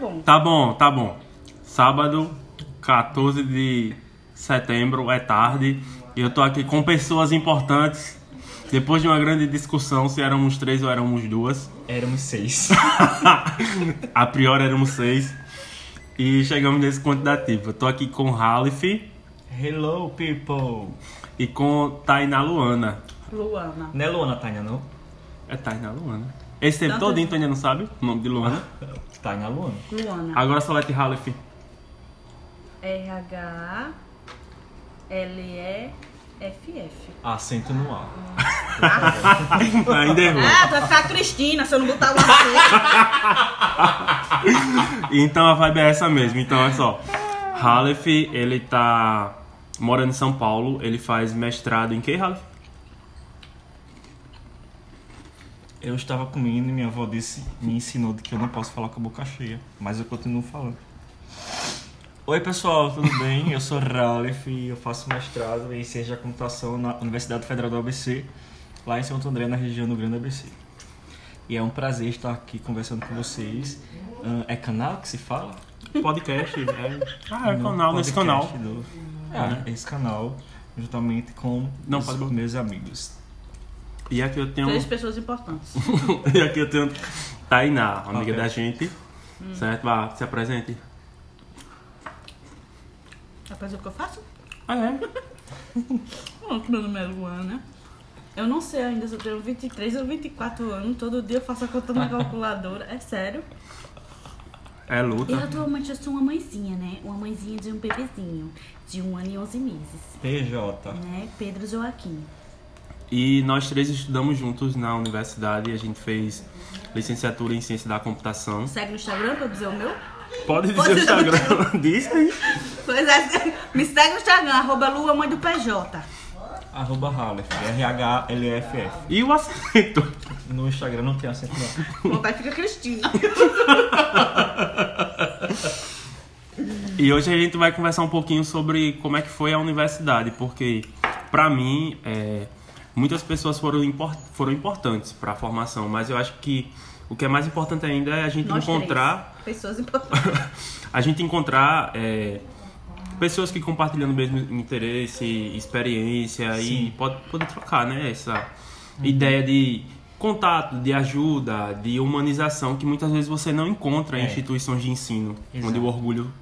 bom. Tá bom, tá bom. Sábado, 14 de setembro, é tarde. E eu tô aqui com pessoas importantes. Depois de uma grande discussão se éramos três ou éramos duas. Éramos seis. A priori éramos seis. E chegamos nesse quantitativo. Eu tô aqui com Halif Hello, people! e com Tainá Luana. Luana. Não é Luana, Tainá, não? É Tainá Luana. Esse tempo Tanto- todinho tu ainda não sabe o nome de Luana. Tainá Luana. Luana. Agora solete Halif. R-H-L-E-F-F. Acento no A. ainda errou. Ah, tu vai ficar a Cristina se eu não botar o acento. Então a vibe é essa mesmo. Então é só. Halef, ele tá morando em São Paulo, ele faz mestrado em que, Halef? Eu estava comendo e minha avó disse, me ensinou de que eu não posso falar com a boca cheia, mas eu continuo falando. Oi pessoal, tudo bem? Eu sou Ralef e eu faço mestrado em Ciência da Computação na Universidade Federal do ABC, lá em Santo André, na região do Grande ABC. E é um prazer estar aqui conversando com vocês. Ahn, é canal que se fala? Podcast, é. Ah, é No canal, nesse canal. podcast do- É, esse canal, juntamente com Não, os pode botar. meus amigos. E aqui eu tenho. um- Três pessoas importantes. e aqui eu tenho Tainá, amiga Ok. da gente. Certo? Vá, se apresente. Rapaz, o que eu faço? Ah, é? Bom, meu nome é Luana. Eu não sei ainda se eu tenho 23 ou 24 anos. Todo dia eu faço a conta na calculadora. É sério. É luta. Eu atualmente eu sou uma mãezinha, né? Uma mãezinha de um bebezinho, de um ano e onze meses, PJ. né? Pedro Joaquim. E nós três estudamos juntos na universidade. A gente fez licenciatura em ciência da computação. Segue no Instagram pra eu dizer o meu. Pode dizer Pode o dizer o Instagram. Diz aí. Pois é, me segue no Instagram, arroba Lua Mãe do PJ. Arroba Ralef, R-H-L-F-F. E o acento? No Instagram não tem acento não. Vontade fica Cristina. E hoje a gente vai conversar um pouquinho sobre como é que foi a universidade, porque pra mim é, muitas pessoas foram, impor- foram importantes pra formação, mas eu acho que o que é mais importante ainda é a gente Nós encontrar três. Pessoas importantes. a gente encontrar é, pessoas que compartilhando o mesmo interesse, experiência e Sim. Uhum. pode poder trocar, né? Essa ideia de contato, de ajuda, de humanização que muitas vezes você não encontra em É. instituições de ensino, Exato. onde o orgulho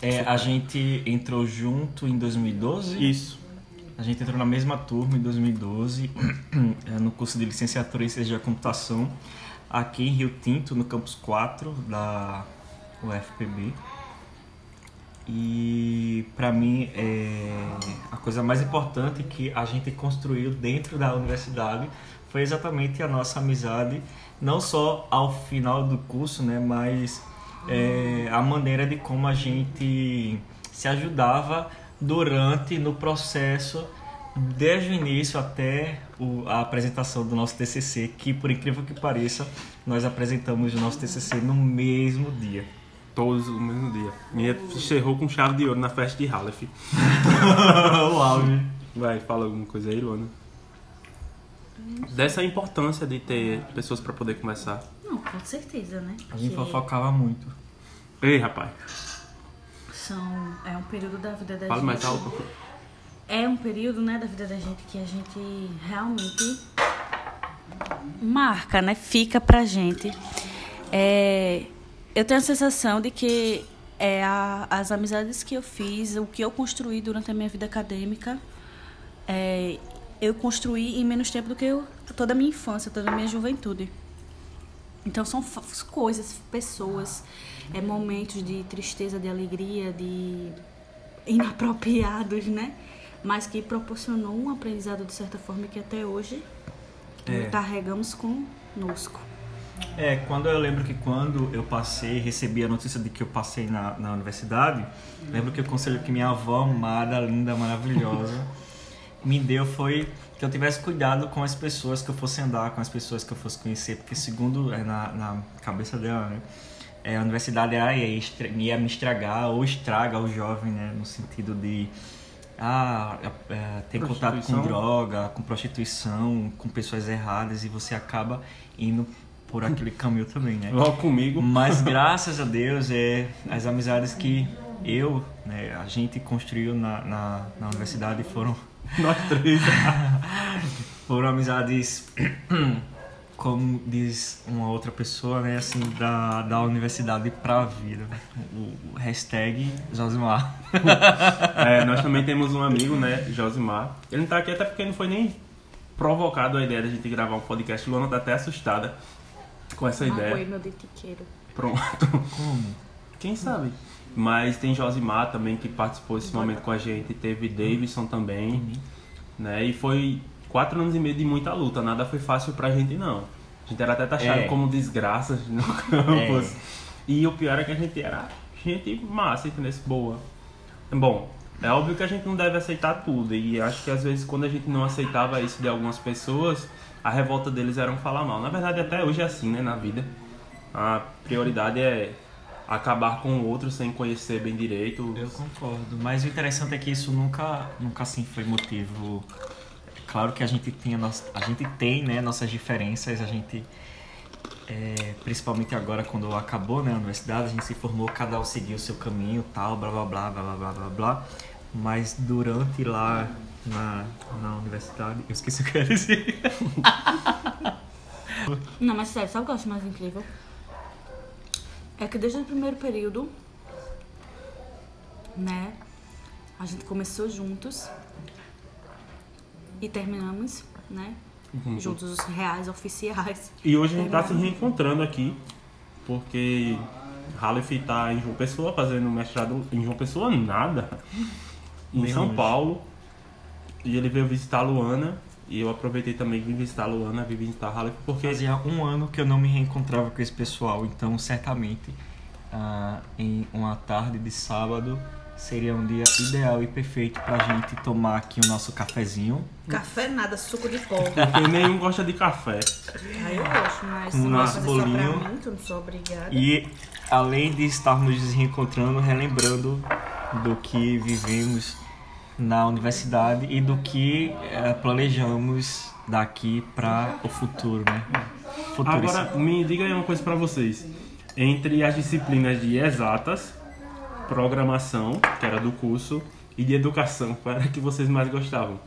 É, a gente entrou junto em 2012. isso. A gente entrou na mesma turma em 2012, é, no curso de licenciatura em Ciência da Computação, aqui em Rio Tinto, no campus 4 da UFPB. E para mim é, a coisa mais importante que a gente construiu dentro da universidade foi exatamente a nossa amizade, não só ao final do curso, né, mas é, a maneira de como a gente se ajudava durante no processo desde o início até o- a apresentação do nosso TCC, que por incrível que pareça, nós apresentamos o nosso TCC no mesmo dia. Todos no mesmo dia. Minha cerrou com chave de ouro na festa de Halef. Uau, né? Vai, fala alguma coisa aí, Luana. Dessa importância de ter pessoas pra poder conversar. Não, com certeza, né? A gente Porque fofocava muito. Ei, rapaz, são é um período da vida da fala gente. mais alto. É um período, né, da vida da gente que a gente realmente marca, né? Fica pra gente. É, eu tenho a sensação de que é a- as amizades que eu fiz, o que eu construí durante a minha vida acadêmica, é, eu construí em menos tempo do que eu, toda a minha infância, toda a minha juventude. Então são fa- coisas, pessoas, é, momentos de tristeza, de alegria, de inapropriados, né? Mas que proporcionou um aprendizado de certa forma que até hoje É. carregamos conosco. É, quando eu lembro que quando eu passei, recebi a notícia de que eu passei na, na universidade, lembro que o conselho que minha avó amada, linda, maravilhosa, me deu foi que eu tivesse cuidado com as pessoas que eu fosse andar, com as pessoas que eu fosse conhecer, porque segundo é, na, na cabeça dela, né, é, a universidade ah, ia, estra- ia me estragar ou estraga o jovem, né, no sentido de ah, é, ter contato com Prostituição. droga, com prostituição, com pessoas erradas e você acaba indo por aquele caminho também, né? Logo comigo. Mas graças a Deus, é, as amizades que eu, né, a gente construiu na, na, na universidade foram, Nós três. foram amizades, como diz uma outra pessoa, né, assim, da, da universidade pra vida. O, o hashtag Josimar. É, nós também temos um amigo, né, Josimar. Ele não tá aqui até porque não foi nem provocado a ideia da gente gravar um podcast. Luana tá até assustada com Ah, essa Ah, ideia. meu detiqueiro. Pronto. Quem sabe? Mas tem Josimar também que participou desse momento com a gente. Teve Davidson também. Né? E foi quatro anos e meio de muita luta. Nada foi fácil pra gente, não. A gente era até taxado É. como desgraças no campus. E o pior é que a gente era gente massa, entendeu? Boa. Bom, é óbvio que a gente não deve aceitar tudo. E acho que às vezes quando a gente não aceitava isso de algumas pessoas, a revolta deles era um falar mal. Na verdade, até hoje é assim, né? Na vida. A prioridade é acabar com o outro sem conhecer bem direito. Eu concordo, mas o interessante é que isso nunca, nunca assim foi motivo. É Claro que a gente tem, a nossa, a gente tem né, nossas diferenças, a gente, é, principalmente agora quando acabou né, a universidade, a gente se formou, cada um seguiu o seu caminho, tal, blá blá blá blá blá blá blá blá. Mas durante lá na, na universidade, eu esqueci o que eu ia dizer. Não, mas sério, sabe o que eu acho mais incrível? É que desde o primeiro período, né? A gente começou juntos e terminamos, né? Juntos os reais oficiais. E hoje a gente tá se reencontrando aqui, porque Halef tá em João Pessoa, fazendo mestrado em João Pessoa, nada. Em Bem São longe. Paulo. E ele veio visitar a Luana. E eu aproveitei também de visitar a Luana, vim visitar a Halef, porque Fazia um ano que eu não me reencontrava com esse pessoal, então certamente ah, em uma tarde de sábado seria um dia ideal e perfeito pra gente tomar aqui o nosso cafezinho. Café nada, suco de pó. porque nenhum gosta de café. Aí eu gosto, mas Um não é vai nosso fazer só bolinho. pra mim, que eu não sou obrigada. E além de estarmos nos reencontrando, relembrando do que vivemos na universidade e do que eh, planejamos daqui pra o futuro, né? Futurista. Agora, me diga aí uma coisa pra vocês. Entre as disciplinas de exatas, programação, que era do curso, e de educação, qual era a que vocês mais gostavam?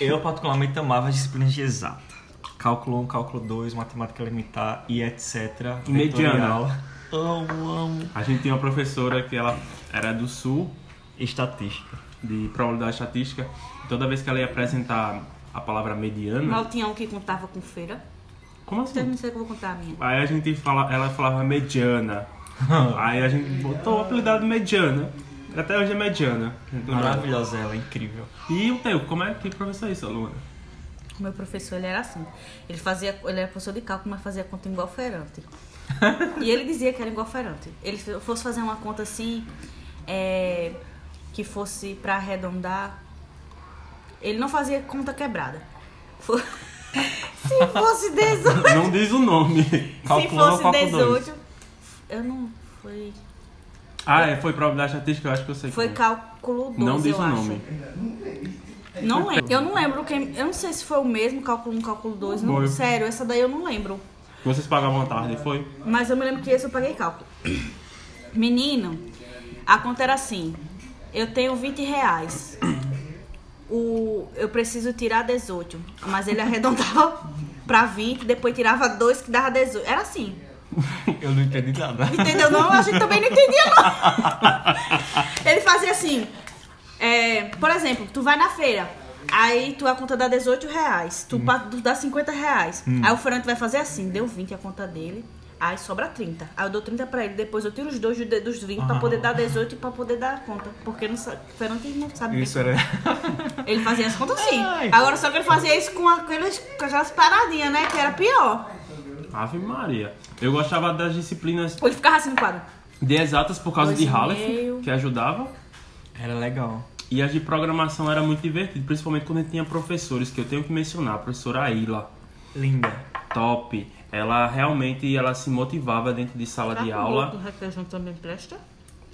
Eu particularmente amava as disciplinas de exata. Cálculo 1, cálculo 2, matemática elementar e etc. Mediana. vetorial. Amo, amo. A gente tinha uma professora que ela era do sul, Estatística. de probabilidade estatística. Toda vez que ela ia apresentar a palavra mediana, Mal tinha um que contava com feira. como Então eu assim? não sei o que eu vou contar a minha. Aí a gente fala, ela falava mediana. Aí a gente botou o apelidado mediana. Até hoje é mediana. Maravilhosa ela, incrível. E o teu, como é que professor é isso, Luana? O meu professor, ele era assim. Ele fazia, ele era professor de cálculo, mas fazia conta igual ferante. e ele dizia que era igual ferante. Ele fe- fosse fazer uma conta assim, é, que fosse pra arredondar. Ele não fazia conta quebrada. Fo- Se fosse 18. Não diz o nome. Calculou, se fosse calculou dois. 18. Eu não. Foi, Ah, é, foi probabilidade estatística, eu acho que eu sei. foi como é. cálculo 12, Não diz eu o acho. nome. Não lembro. Eu não lembro quem. Eu não sei se foi o mesmo cálculo 1, cálculo 2. Não, Foi. sério, essa daí eu não lembro. Vocês pagavam à tarde, foi? Mas eu me lembro que esse eu paguei cálculo. Menino, a conta era assim. Eu tenho 20 reais. O, eu preciso tirar 18. Mas ele arredondava pra 20, depois tirava 2 que dava 18. Era assim. Eu não entendi nada. Entendeu? Não, a gente também não entendia, não. Ele fazia assim. é, por exemplo, tu vai na feira. Aí tua conta dá 18 Hum. reais. Tu, pa- tu dá 50 reais. Aí o Fernando vai fazer assim: deu 20 a conta dele. Aí sobra 30. Aí eu dou 30 pra ele. Depois eu tiro os dois de- dos 20 Ah. pra poder dar 18 e pra poder dar a conta. Porque não sabe, o Fernando não sabe bem. Isso era. Ele fazia as contas sim. Ai. Agora só que ele fazia isso com aquelas, com aquelas paradinhas, né? Que era pior. Ave Maria. Eu gostava das disciplinas Ele ficava assim no quadro. de exatas por causa Dois de e Halef, meio. que ajudava. Era legal. E as de programação era muito divertido, principalmente quando a gente tinha professores, que eu tenho que mencionar, a professora Aila, Linda. top. Ela realmente ela se motivava dentro de Tá sala Tá de aula. requeijão também presta?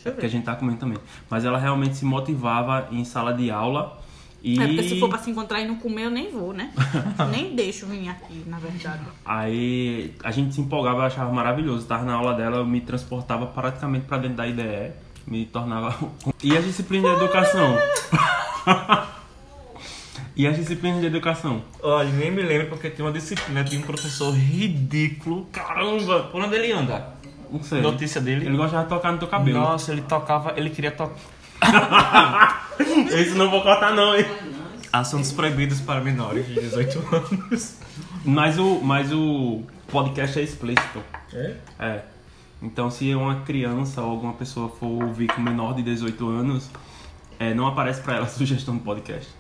É porque a gente tá comendo também. Mas ela realmente se motivava em sala de aula E É porque se for pra se encontrar e não comer, eu nem vou, né? nem deixo vir aqui, na verdade. aí a gente se empolgava, eu achava maravilhoso. Estava na aula dela, eu me transportava praticamente pra dentro da IDE, me tornava. um E as disciplinas de educação? e as disciplinas de educação? Olha, nem me lembro porque tem uma disciplina de um professor ridículo. Caramba, por onde ele anda? Não sei. Notícia dele? Ele gostava de tocar no teu cabelo. Nossa, ele tocava, ele queria tocar. Isso não vou cortar, não, hein? Assuntos proibidos para menores de 18 anos. Mas o, mas o podcast é explícito. É. Então, se uma criança ou alguma pessoa for ouvir com menor de 18 anos, é, não aparece pra ela a sugestão do podcast.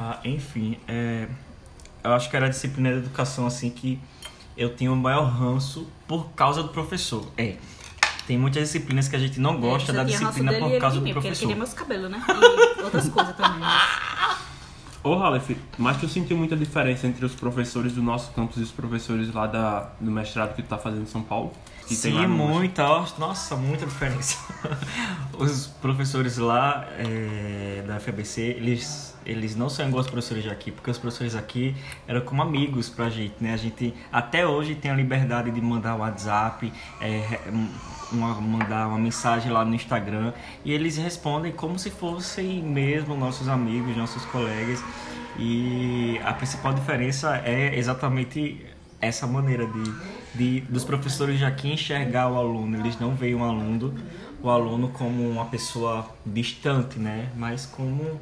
Ah, enfim, é, eu acho que era a disciplina de educação assim que eu tinha o maior ranço por causa do professor. É. Tem muitas disciplinas que a gente não É, gosta da disciplina por causa do Porque ele é professor. queria meus cabelos, né? E outras coisas também. Ô, Ralef, mas que eu senti muita diferença entre os professores do nosso campus e os professores lá da, do mestrado que tu tá fazendo em São Paulo. Que tem lá Sim, no- muita, ó, nossa, muita diferença. Os professores lá é, da FABC, eles, eles não são igual os professores daqui, porque os professores aqui eram como amigos pra gente, né? A gente até hoje tem a liberdade de mandar o WhatsApp, é, uma- mandar uma mensagem lá no Instagram, e eles respondem como se fossem mesmo nossos amigos, nossos colegas. E a principal diferença é exatamente essa maneira de, de- dos professores já que enxergar o aluno, eles não veem o aluno, o aluno como uma pessoa distante, né? Mas como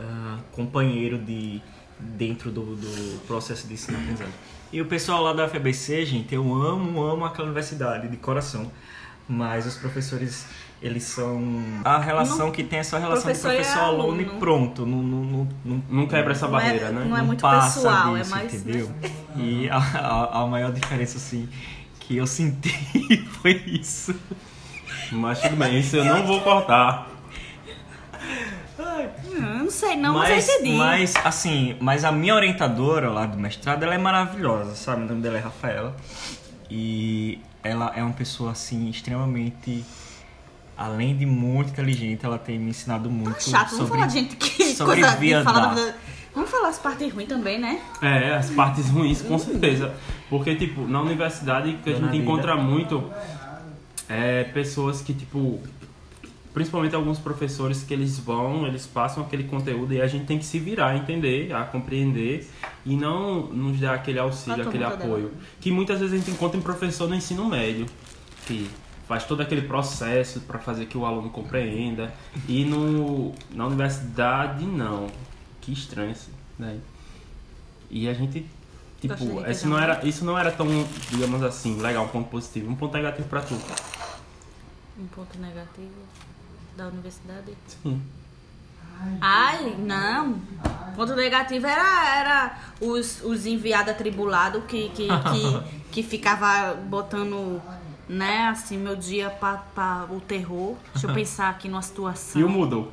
ah, companheiro de dentro do, do processo de ensino e aprendizagem. E o pessoal lá da FBC, gente, eu amo, amo aquela universidade de coração. Mas os professores, eles são a relação que tem é só a relação de professor é professor aluno e aluno. pronto, não, não, não, não Não quebra essa Não é- barreira, né? não é muito passa pessoal, é disso, mais, Entendeu? E a, a- a maior diferença, assim, que eu senti foi isso. é- Mas tudo bem, isso eu não vou cortar. Hum, eu não sei, não, mas, mas, eu entendi. mas, assim, mas a minha orientadora lá do mestrado, ela é maravilhosa, sabe? O nome dela é Rafaela. E ela é uma pessoa, assim, extremamente. Além de muito inteligente, ela tem me ensinado muito Chato, vamos sobre falar de gente que sobre coisa de falar da viandar. vida. Vamos falar as partes ruins também, né? É, as partes ruins, com certeza. Porque, tipo, na universidade que a Dona gente Lida. encontra muito é, pessoas que, tipo, principalmente alguns professores que eles vão, eles passam aquele conteúdo e a gente tem que se virar, a entender, a compreender e não nos dar aquele Eu auxílio, tô aquele muito apoio. Que muitas vezes a gente encontra em professor no ensino médio, que faz todo aquele processo para fazer que o aluno compreenda. E no, na universidade, não. Que estranho isso, né? daí. E a gente, Gosto de tipo, repetir isso não, era, isso não era tão, digamos assim, legal, um ponto positivo. Um ponto negativo pra tu. Um ponto negativo da universidade. Sim. Ai, não. Ponto negativo era, era os, os enviados atribulados que, que, que, que ficava botando, né, assim, meu dia pra, pra o terror. Deixa eu pensar aqui numa situação. E o Moodle?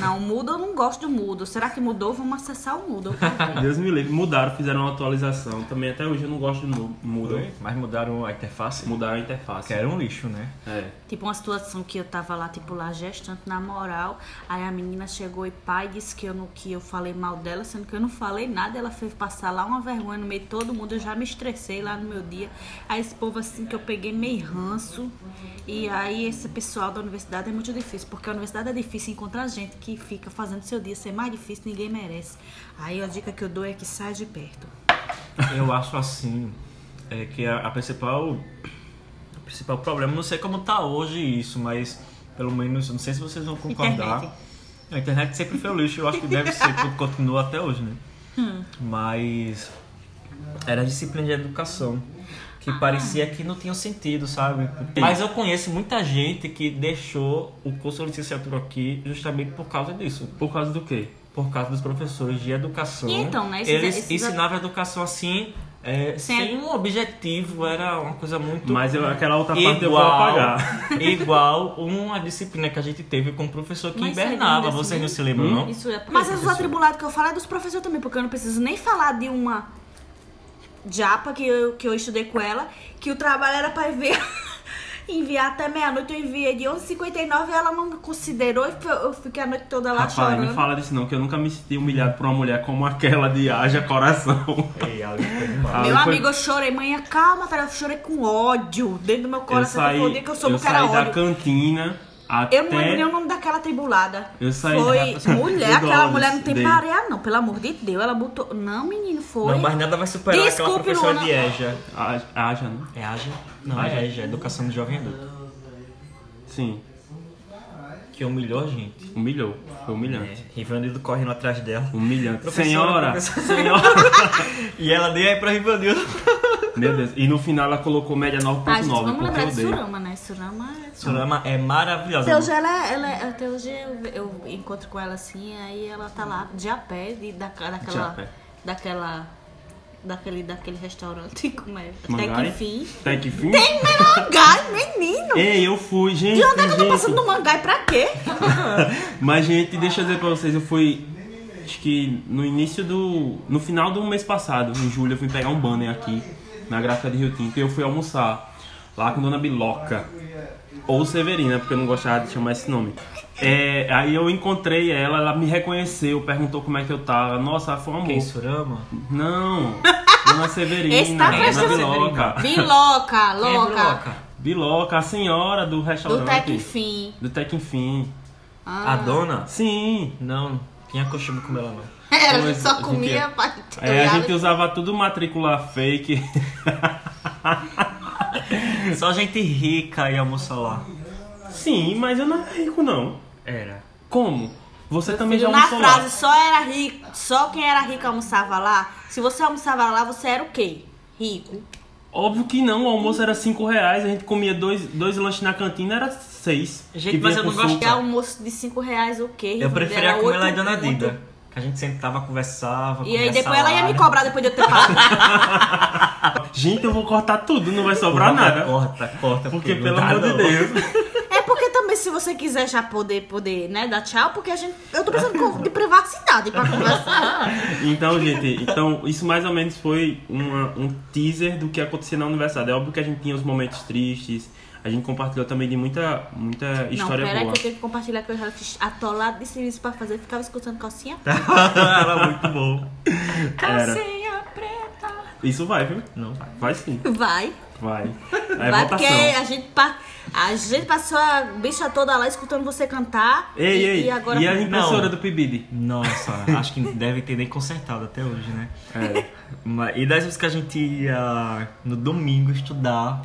Não, o Moodle eu não gosto do Moodle. Será que mudou? Vamos acessar o Moodle. Deus me livre. Mudaram, fizeram uma atualização. Também até hoje eu não gosto de Mu- Moodle. Mas mudaram a interface? Mudaram a interface. Que era um lixo, né? É. Tipo, uma situação que eu tava lá, tipo, lá gestante, na moral. Aí a menina chegou e pai disse que eu, não, que eu falei mal dela, sendo que eu não falei nada. Ela fez passar lá uma vergonha no meio de todo mundo. Eu já me estressei lá no meu dia. Aí esse povo, assim, que eu peguei meio ranço. E aí esse pessoal da universidade é muito difícil, porque a universidade é difícil encontrar gente que fica fazendo seu dia ser mais difícil, ninguém merece. Aí a dica que eu dou é que saia de perto. Eu acho assim é que a, a principal o principal problema, não sei como tá hoje isso, mas pelo menos não sei se vocês vão concordar. Internet. A internet sempre foi o lixo, eu acho que deve ser, porque continua até hoje, né? Hum. Mas era a disciplina de educação. Ah. Que parecia que não tinha sentido, sabe? Mas eu conheço muita gente que deixou o curso de licenciatura aqui justamente por causa disso. Por causa do quê? por causa dos professores de educação. E então, né, esses- eles esses- ensinavam a educação assim, é, Sem- sem, um objetivo, era uma coisa muito Mas eu, aquela outra parte eu vou igual, apagar. igual uma disciplina que a gente teve com um professor que Mas isso é hibernava. lindo, assim, Vocês não né? se lembram, não? Isso é Mas os atribulados que eu falo é dos professores também, porque eu não preciso nem falar de uma japa que eu, que eu estudei com ela, que o trabalho era pra ver enviar até meia-noite, eu enviei de 11h59 e ela não considerou e eu fiquei a noite toda lá Rapaz, chorando. não fala disso não, que eu nunca me senti humilhado por uma mulher como aquela de haja coração. Ei, Ali foi demais. Ali Meu foi- amigo, eu chorei, mãe, calma, cara, eu chorei com ódio dentro do meu eu coração. saí, que eu, falei que eu soube eu que era saí da ódio. cantina até... Eu não lembro nem o nome daquela tribulada. Eu saí foi da- mulher, do aquela Dollars mulher não tem dele. pareia, não, pelo amor de Deus. Ela botou. Não, menino, foi. Não, mas nada vai superar aquela Desculpe, professora Luana. de EJA. Haja, haja, né? É AJA? Não, é EJA, Educação do Jovem Adulto. Sim, Que humilhou a gente. humilhou. Foi É, humilhante. Rivanildo correndo atrás dela. Humilhante. Professora, Senhora! professora. Senhora! E ela deu aí pra Rivanildo. Meu Deus. E no final ela colocou média 9.9, Ah, gente, vamos porque lembrar eu de odeio. Surama, né? Surama é. Sorama é maravilhosa. Até hoje ela, é, ela até hoje eu, eu encontro com ela assim, aí ela tá lá de a pé, de, da, daquela, De a pé. daquela, daquele, daquele restaurante, como é? Até Mangai? que enfim. Até que fim? Tem meu mangai, menino! Ei, eu fui, gente. De onde é que eu tô gente. passando do mangai pra quê? Mas, gente, deixa eu dizer pra vocês, eu fui. Acho que no início do. No final do mês passado, em julho, eu fui pegar um banner aqui na gráfica de Rio Tinto e eu fui almoçar lá com Dona Biloca. Ou Severina, porque eu não gostava de chamar esse nome. É, aí eu encontrei ela, ela me reconheceu, perguntou como é que eu tava. Nossa, foi um amor. Quem Sorama? Não, Dona Severina, Esse tá Dona prestando- Biloca. Vim louca, Quem é louca. Biloca? Biloca, a senhora do Do restaurante. Tec Enfim. Do Tec Enfim. Ah. A dona? Sim. Não, tinha costume com ela não. Ela Pois, só gente, comia é. pra É, a gente usava tudo matrícula fake. Só gente rica ia almoçar lá. Sim, mas eu não era rico, não. Era. Como? Você também já Na almoçou frase, lá. só era rico, só quem era rico almoçava lá. Se você almoçava lá, você era o quê? Rico. Óbvio que não, o almoço era 5 reais, a gente comia dois, dois lanches na cantina, era 6. Gente, mas eu não gosto- E almoço de 5 reais o quê? Eu Rico? preferia Era comer lá em oito Dona conto. Dida. Que a gente sentava, conversava, E comia aí depois ela salada. ia me cobrar depois de eu ter pago. Gente, eu vou cortar tudo, não vai sobrar Corta, nada. Corta, corta. Porque, não pelo dá, amor de não. Deus. é porque também se você quiser já poder, poder, né, dar tchau, porque a gente. Eu tô precisando co- de privacidade pra conversar. Então, gente, então isso mais ou menos foi uma- um teaser do que acontecia na universidade. É óbvio que a gente tinha os momentos tristes, a gente compartilhou também de muita, muita história Não, peraí boa. que eu tenho que compartilhar que eu já fiz atolado de serviço pra fazer, ficava escutando calcinha. Era muito bom. Era. Calcinha preta. Isso vai, viu? Não vai. Vai sim, Vai. vai. É Vai, votação. porque a gente, pa- a gente passou a bicha toda lá escutando você cantar. Ei, e, ei, e agora. a impressora Não. do PIBID? Nossa, acho que deve ter nem consertado até hoje, né? É. Mas- E das vezes que a gente ia no domingo estudar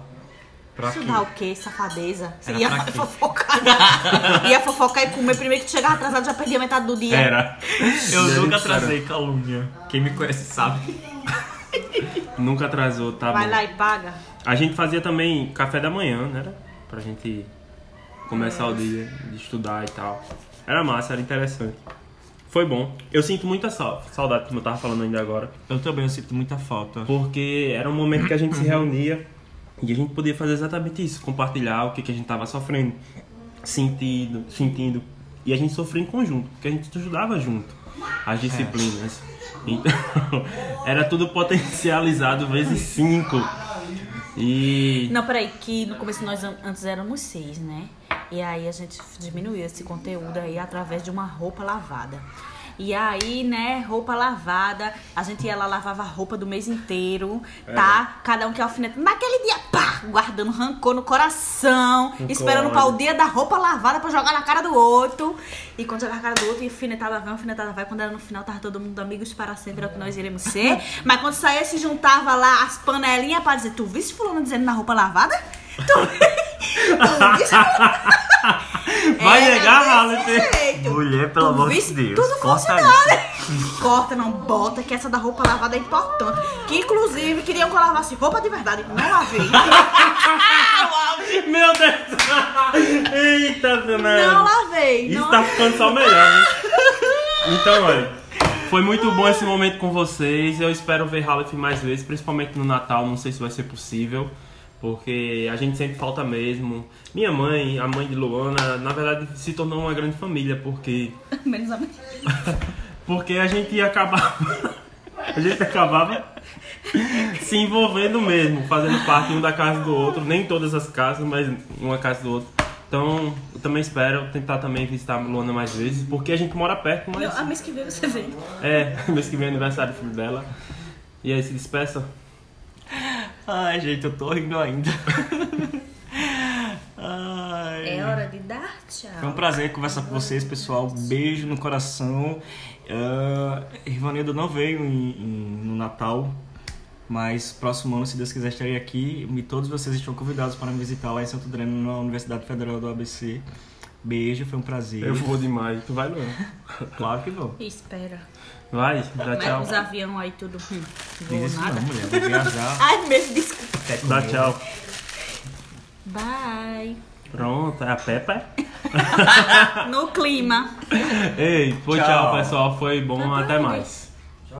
pra quê? Estudar o quê? Safadeza. Você Era ia pra quê? fofocar. ia fofocar e comer primeiro que chegava atrasado, já perdia metade do dia. Era. Eu Gente, nunca cara, trazei calúnia. Quem me conhece sabe. Nunca atrasou, tá Vai bom. lá e paga. A gente fazia também café da manhã, né? Pra gente começar o dia de estudar e tal. Era massa, era interessante. Foi bom. Eu sinto muita sau- saudade, como eu tava falando ainda agora. Eu também, eu sinto muita falta. Porque era um momento que a gente se reunia e a gente podia fazer exatamente isso, compartilhar o que, que a gente estava sofrendo, sentindo, sentindo. E a gente sofria em conjunto, porque a gente estudava junto as disciplinas. É. Então, era tudo potencializado vezes cinco. E Não, peraí, que no começo nós an- antes éramos seis, né? E aí a gente diminuiu esse conteúdo aí através de uma roupa lavada. E aí, né, roupa lavada, a gente ia lá, lavava a roupa do mês inteiro, tá? Cada um que alfinete. Naquele dia, pá, guardando rancor no coração, esperando pra o dia da roupa lavada pra jogar na cara do outro. E quando jogava na cara do outro, e alfinetada vai, alfinetada vai. Quando era no final, tava todo mundo amigos para sempre, era o que nós iremos ser. Mas quando saía, se juntava lá as panelinhas pra dizer, tu viste fulano dizendo na roupa lavada? Tu, tu viste vai Era negar, desse Valentim? jeito. Mulher, pelo Tu amor de viste? Deus. Tudo corta funcionário. Corta, não bota, que essa da roupa lavada é importante. Que inclusive queriam que eu lavasse roupa de verdade. Não lavei. Meu Deus! Eita, Fernando! não lavei. Isso não tá ficando só melhor, né? Então, olha. Foi muito bom esse momento com vocês. Eu espero ver Ralph mais vezes, principalmente no Natal. Não sei se vai ser possível, porque a gente sempre falta mesmo. Minha mãe, a mãe de Luana, na verdade se tornou uma grande família, porque é? Menos a minha. porque a gente acabava a gente acabava se envolvendo mesmo, fazendo parte um da casa do outro, nem todas as casas, mas uma casa do outro. Então, eu também espero tentar também visitar a Luana mais vezes, porque a gente mora perto, mas. Não, a mês que vem você vem. É, mês que vem é aniversário do filho dela. E aí se despeça. Ai, gente, eu tô rindo ainda. Ai. É hora de dar Foi um tchau. prazer conversar com vocês, pessoal. Beijo no coração. Ah, Rivanildo não veio em- em- no Natal, mas próximo ano, se Deus quiser, estarei aqui. E todos vocês estão convidados para me visitar lá em Santo Dreno, na Universidade Federal do ABC. Beijo, foi um prazer. vou demais. Tu vai, Luana? Claro que vou. Espera. Vai, dá Mas tchau. os avião aí tudo. hum, Vou Diz isso nada. não, mulher. Vou viajar. Ai, mesmo, desculpa. até Dá comer. tchau. Bye. Pronto, é a Peppa? No clima. Ei, foi tchau, Tchau. pessoal. Foi bom, até mais.